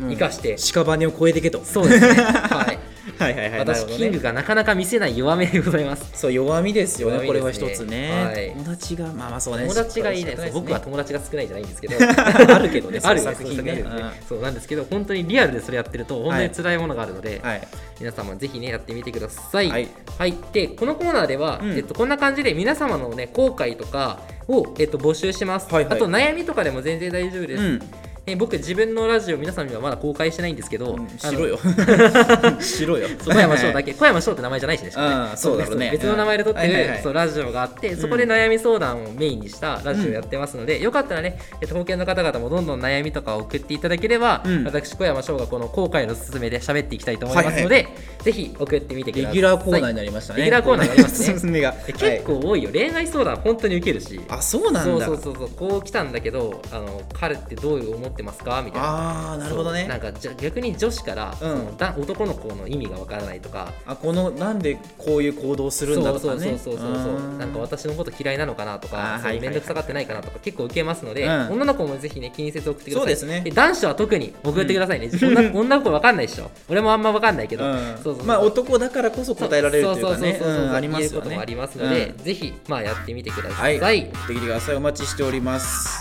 Speaker 1: うん
Speaker 2: 生かして、
Speaker 1: 屍を越えてけと
Speaker 2: そうで すねはい
Speaker 1: はいはいはいなる
Speaker 2: 私、
Speaker 1: ほどね
Speaker 2: キングがなかなか見せない弱めでございます。
Speaker 1: そう弱みですよね
Speaker 2: 弱
Speaker 1: こ
Speaker 2: み
Speaker 1: れ
Speaker 2: で
Speaker 1: は
Speaker 2: すね
Speaker 1: 一つね、
Speaker 2: はい
Speaker 1: 友達がまあまあそうね
Speaker 2: 友達がい
Speaker 1: そ
Speaker 2: ない
Speaker 1: うですね
Speaker 2: 僕は友達が少ないじゃないんです けど、
Speaker 1: あるけどね
Speaker 2: ある
Speaker 1: そう
Speaker 2: 作
Speaker 1: 作品が
Speaker 2: 品がい
Speaker 1: ね
Speaker 2: るよね。そうなんですけど、本当にリアルでそれやってると、本当に辛いものがあるので、
Speaker 1: はい
Speaker 2: 皆様ぜひねやってみてください。は
Speaker 1: はいい、
Speaker 2: でこのコーナーでは、
Speaker 1: うん
Speaker 2: えっとこんな感じで皆様のね後悔とかをえっと募集します。
Speaker 1: はいはい
Speaker 2: あと悩みとかでも全然大丈夫です。
Speaker 1: うん
Speaker 2: ね、僕自分のラジオ皆さんにはまだ公開してないんですけど、
Speaker 1: うんしろ
Speaker 2: よ
Speaker 1: よ しろよ
Speaker 2: 小山翔だけ小山翔って名前じゃないしねしかもね
Speaker 1: うんそうだろうね
Speaker 2: 別の名前で撮ってる、
Speaker 1: うんはいはいはい
Speaker 2: そうラジオがあってそこで悩み相談をメインにしたラジオやってますので、よかったらねえっと保険の方々もどんどん悩みとかを送っていただければ、
Speaker 1: うん
Speaker 2: 私小山翔がこの後悔のすすめで喋っていきたいと思いますので、ぜひ送ってみてくだ
Speaker 1: レ
Speaker 2: さい
Speaker 1: ギュラーコーナーになりましたね
Speaker 2: レギュラーコーナーになりますね
Speaker 1: 進めが
Speaker 2: え結構多いよ、恋愛相談本当に受けるし
Speaker 1: はいあそうなんだ
Speaker 2: そうそうそうそうこう来たんだけどあの彼ってどういう思ってますかみたいな
Speaker 1: ああなるほど
Speaker 2: そう
Speaker 1: ね
Speaker 2: なんかじゃ逆に女子から、そのだ男の子の意味がわからないとか
Speaker 1: あこのなんでこういう行動するんだとかね
Speaker 2: そうそうそうそうそうなんか
Speaker 1: 私
Speaker 2: 私のこと嫌いなのかなと
Speaker 1: あ
Speaker 2: か
Speaker 1: ー
Speaker 2: そう
Speaker 1: はいいうはい
Speaker 2: 面倒くさがってないかなとか結構受けますので、
Speaker 1: うん
Speaker 2: 女の子もぜひね気にせず送ってください
Speaker 1: そうですね
Speaker 2: 男子は特に送ってください ね、女女の子わかんないでしょ俺もあんまわかんないけど、そうそうそう
Speaker 1: まあ男だからこそ答えられるというかね
Speaker 2: そうそうそうそう
Speaker 1: うんあります
Speaker 2: 言えるこ
Speaker 1: よ
Speaker 2: と
Speaker 1: ね
Speaker 2: もありますので、
Speaker 1: うん
Speaker 2: ぜひまあやってみてくださ、
Speaker 1: はいい送ってきてくださいお待ちしております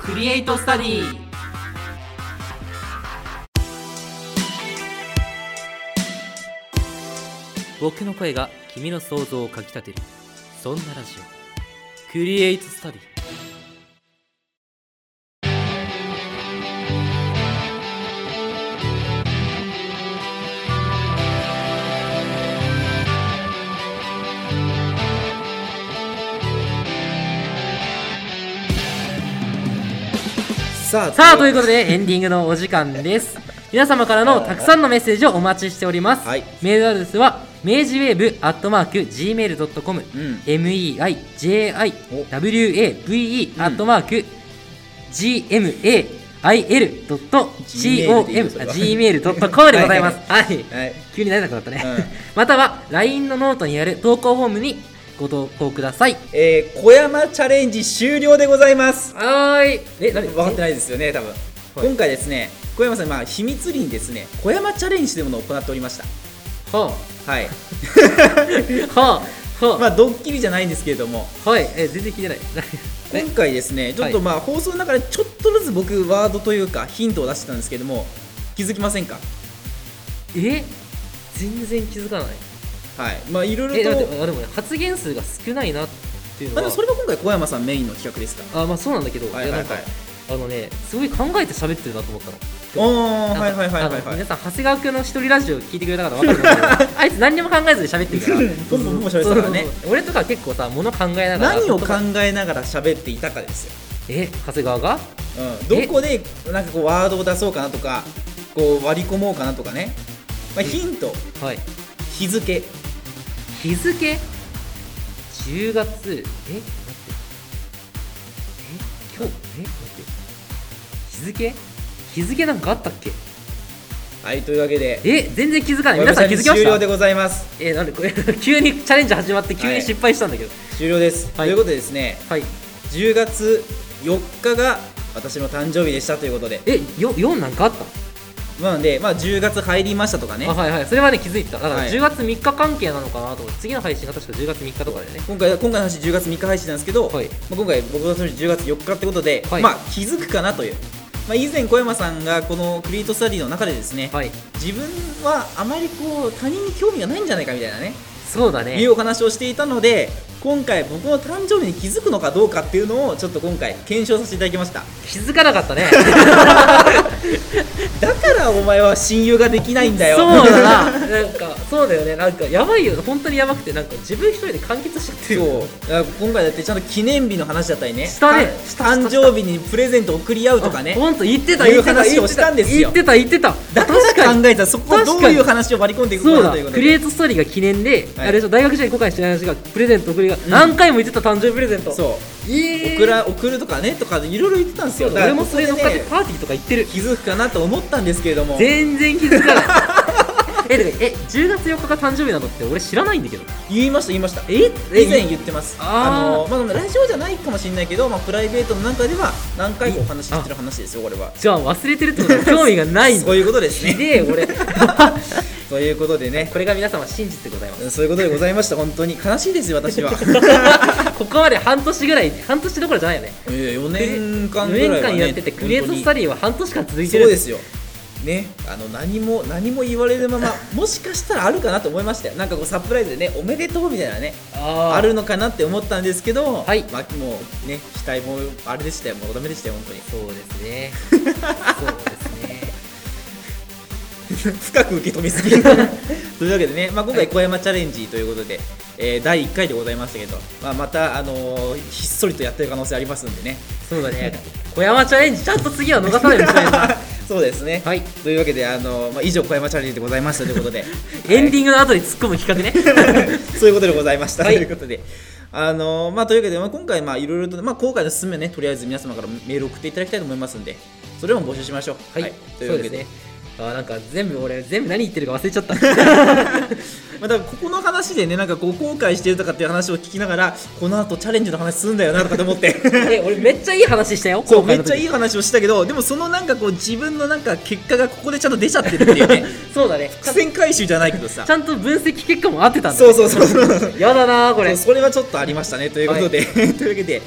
Speaker 3: クリエイトスタディ
Speaker 2: 僕の声が君の想像をかきたてるそんなラジオクリエイトスタディ
Speaker 1: さあ
Speaker 2: さあということでエンディングのお時間です皆様からのたくさんのメッセージをお待ちしております、
Speaker 1: はい
Speaker 2: メールアドレスは明治ウェーブアットマーク Gmail.com
Speaker 1: うん
Speaker 2: meijiwave アットマーク
Speaker 1: うん
Speaker 2: gmail.com あ gmail.com でございます。はい。
Speaker 1: はい
Speaker 2: 急に慣れなくなったね。
Speaker 1: うん
Speaker 2: または LINE のノートにある投稿フォームにご投稿ください。
Speaker 1: えー、小山チャレンジ終了でございます
Speaker 2: はーい。え、何
Speaker 1: 分かってないですよね多分、
Speaker 2: い
Speaker 1: 今回ですね小山さん、まあ、秘密裏にですね小山チャレンジというものを行っておりました
Speaker 2: は
Speaker 1: はい
Speaker 2: あ、はあ、はあ
Speaker 1: まあドッキリじゃないんですけれども
Speaker 2: はい、え全然聞いてない。
Speaker 1: 今回ですねちょっとまあ放送の中でちょっとずつ僕ワードというかヒントを出してたんですけども気づきませんか
Speaker 2: え全然気づかない。
Speaker 1: はいまあいろい
Speaker 2: え、
Speaker 1: ろ
Speaker 2: だ
Speaker 1: と
Speaker 2: ってあでもね、発言数が少ないなっていうの
Speaker 1: まあ、
Speaker 2: は。
Speaker 1: でもそれが今回小山さんメインの企画ですか
Speaker 2: あまあそうなんだけど、
Speaker 1: はいはいはい
Speaker 2: やなんかあのねすごい考えて喋ってるなと思った
Speaker 1: ら
Speaker 2: の。
Speaker 1: おーはいはいはい
Speaker 2: あ
Speaker 1: は
Speaker 2: の
Speaker 1: いはい
Speaker 2: 皆さん長谷川君の一人ラジオ聞いてくれた方分かると思うけどあいつ何にも考えずに喋ってるから
Speaker 1: ボンボンボンボン喋ってたからね
Speaker 2: そうそうそう俺とか結構さもの考えながら
Speaker 1: 何を
Speaker 2: と
Speaker 1: 考
Speaker 2: か
Speaker 1: えながら喋っていたかですよ、
Speaker 2: え長谷川が
Speaker 1: うん、どこでなんかこうワードを出そうかなとかこう割り込もうかなとかね、まあ、ヒント
Speaker 2: はい
Speaker 1: 日付
Speaker 2: 日付10月え待ってえ今日え待って日付日付なんかあったっけ
Speaker 1: はいというわけで
Speaker 2: え全然気づかない
Speaker 1: 小
Speaker 2: 皆
Speaker 1: 山
Speaker 2: さ
Speaker 1: チャレ
Speaker 2: ん気
Speaker 1: ン
Speaker 2: づ
Speaker 1: ジ
Speaker 2: きま
Speaker 1: 終了
Speaker 2: し
Speaker 1: で
Speaker 2: た
Speaker 1: ございます
Speaker 2: えなんでこれ 急にチャレンジ始まって急
Speaker 1: は
Speaker 2: に
Speaker 1: い
Speaker 2: 失敗したんだけど
Speaker 1: 終了です、
Speaker 2: はい
Speaker 1: ということでですね
Speaker 2: はい、
Speaker 1: 10月4日が私の誕生日でしたということで
Speaker 2: えよ4なんかあった
Speaker 1: まあなので、まあ、10月入りましたとかね
Speaker 2: あはいはいそれはね気づいてただから
Speaker 1: はい
Speaker 2: 10月3日関係なのかなと思って次の配信が確か10月3日とかだよね
Speaker 1: 今回今回の話10月3日配信なんですけど、
Speaker 2: はい
Speaker 1: まあ、今回僕の誕生日10月4日ってことで、
Speaker 2: はい
Speaker 1: まあ気づくかなという、まあ、以前小山さんがこのクリエイトスタディの中でですね、
Speaker 2: はい
Speaker 1: 自分はあまりこう他人に興味がないんじゃないかみたいなね
Speaker 2: そうだ
Speaker 1: い
Speaker 2: ね
Speaker 1: うお話をしていたので今回僕の誕生日に気づくのかどうかっていうのをちょっと今回検証させていただきました
Speaker 2: 気づかなかったね
Speaker 1: だからお前は親友ができないんだよ
Speaker 2: そうだな なんかそうだよねなんかやばいよ本当にやばくてなんか自分一人で完結しちゃってる
Speaker 1: そうだから今回だってちゃんと記念日の話だったりね
Speaker 2: したね
Speaker 1: た誕生日にプレゼント送り合うとかね
Speaker 2: 本当言ってた
Speaker 1: い
Speaker 2: 言
Speaker 1: う
Speaker 2: ってた
Speaker 1: 話
Speaker 2: 言
Speaker 1: を
Speaker 2: っ
Speaker 1: してた
Speaker 2: た
Speaker 1: んですよ
Speaker 2: 言ってた言ってた
Speaker 1: だから考えたそこをどう
Speaker 2: 確かに
Speaker 1: いう話を割り込んでいく
Speaker 2: そ
Speaker 1: の
Speaker 2: う
Speaker 1: か
Speaker 2: だ
Speaker 1: ということ
Speaker 2: クリエイトストーリーが記念で、
Speaker 1: はい
Speaker 2: あれでしょ大学時代後悔してない話がプレゼント送りが、
Speaker 1: ん
Speaker 2: 何回も言ってた誕生日プレゼント
Speaker 1: そう
Speaker 2: えー、
Speaker 1: う送ら送るとかねとかいろいろ言ってたんですよ
Speaker 2: 俺もそれ乗
Speaker 1: だから
Speaker 2: っか
Speaker 1: こ
Speaker 2: っ
Speaker 1: こで
Speaker 2: て
Speaker 1: ね
Speaker 2: パーティーとか行ってる
Speaker 1: 気づくかなと思ったんですけれども
Speaker 2: 全然気づか ないえてかえ10月4日が誕生日なのって俺知らないんだけど
Speaker 1: 言いました言いました
Speaker 2: え
Speaker 1: 以前言ってます
Speaker 2: あー
Speaker 1: あの、まあ、ラジオじゃないかもしれないけど、まあ、プライベートの中では何回かお話ししてる話ですよこれは
Speaker 2: じゃあ忘れてるってことは興味がないんだ
Speaker 1: そういうことですね
Speaker 2: で俺
Speaker 1: ということでね
Speaker 2: これが皆様真実でござい ます
Speaker 1: そういうことでございました本当に悲しいですよ私 は
Speaker 2: ここまで半年ぐらい半年どころじゃないよね
Speaker 1: え4
Speaker 2: 四
Speaker 1: 年間ぐらいは、ね、
Speaker 2: 年間やっててクリエイトスタディは半年間続いて
Speaker 1: そう
Speaker 2: る
Speaker 1: ですよね、あの何も何も言われる ままもしかしたらあるかなと思いましたよなんかこうサプライズでねおめでとうみたいなね
Speaker 2: あ
Speaker 1: あ
Speaker 2: ー
Speaker 1: るのかなって思ったんですけど、
Speaker 2: はい
Speaker 1: まあ、もうね期待もあれでしたよもうダメでしたよ本当に
Speaker 2: そうですねそうですね
Speaker 1: 深く受け止めすぎ というわけでね、まあ、今回小山チャレンジということで、えー第1回でございましたけど、まあ、また、あのーひっそりとやってる可能性ありますんで ね
Speaker 2: そうだね小山チャレンジちゃんと次は逃さないでください
Speaker 1: そうです ね、
Speaker 2: はい
Speaker 1: というわけで、あのーまあ、以上小山チャレンジでございましたということ で
Speaker 2: エンディングの後に突っ込む企画ね
Speaker 1: そういうことでございました。
Speaker 2: はい
Speaker 1: ということで。あのーまあ、というわけで、まあ、今回、まあ、いろいろと、まあ、今回の進めね、とりあえず皆様からメール送っていただきたいと思いますんで、それも募集しましょう。
Speaker 2: はい、
Speaker 1: と
Speaker 2: そ
Speaker 1: いうわ
Speaker 2: う
Speaker 1: け
Speaker 2: で
Speaker 1: で、
Speaker 2: すねあーなんか全部俺全部何言ってるか忘れちゃった
Speaker 1: まあ、だからここの話でね、なんかこう、後悔してるとかっていう話を聞きながら、この後チャレンジの話するんだよなとかと思 って。
Speaker 2: え俺めっちゃいい話したよ
Speaker 1: そうめっちゃい
Speaker 2: い
Speaker 1: い話をしたけどでもそのなんかこう自分のなんか結果がここでちゃんと出ちゃってるっていうね
Speaker 2: そうだね ち
Speaker 1: 苦
Speaker 2: ゃん
Speaker 1: 戦回収じゃないけどさ
Speaker 2: ちゃんと分析結果も合ってたんだね
Speaker 1: そうそうそうそう
Speaker 2: やだなーこれ
Speaker 1: そうそれはちょっとありましたねということで、 というわけで、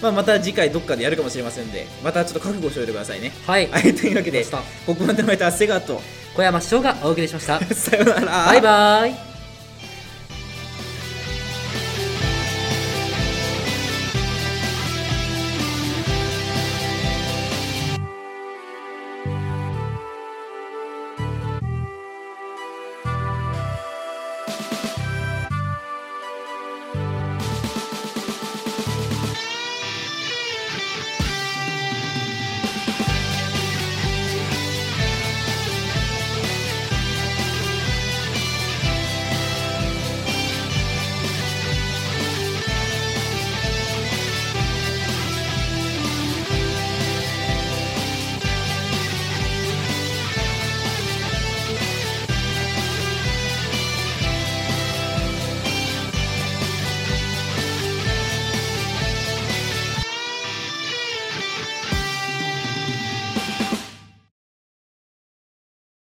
Speaker 1: まあ、また次回どっかでやるかもしれませんでまたちょっと覚悟しておいてくださいね
Speaker 2: はい
Speaker 1: はいというわけで
Speaker 2: わかりま
Speaker 1: ここまでの間セガと
Speaker 2: 小山師匠がお送りしました
Speaker 1: さようなら
Speaker 2: バイバーイ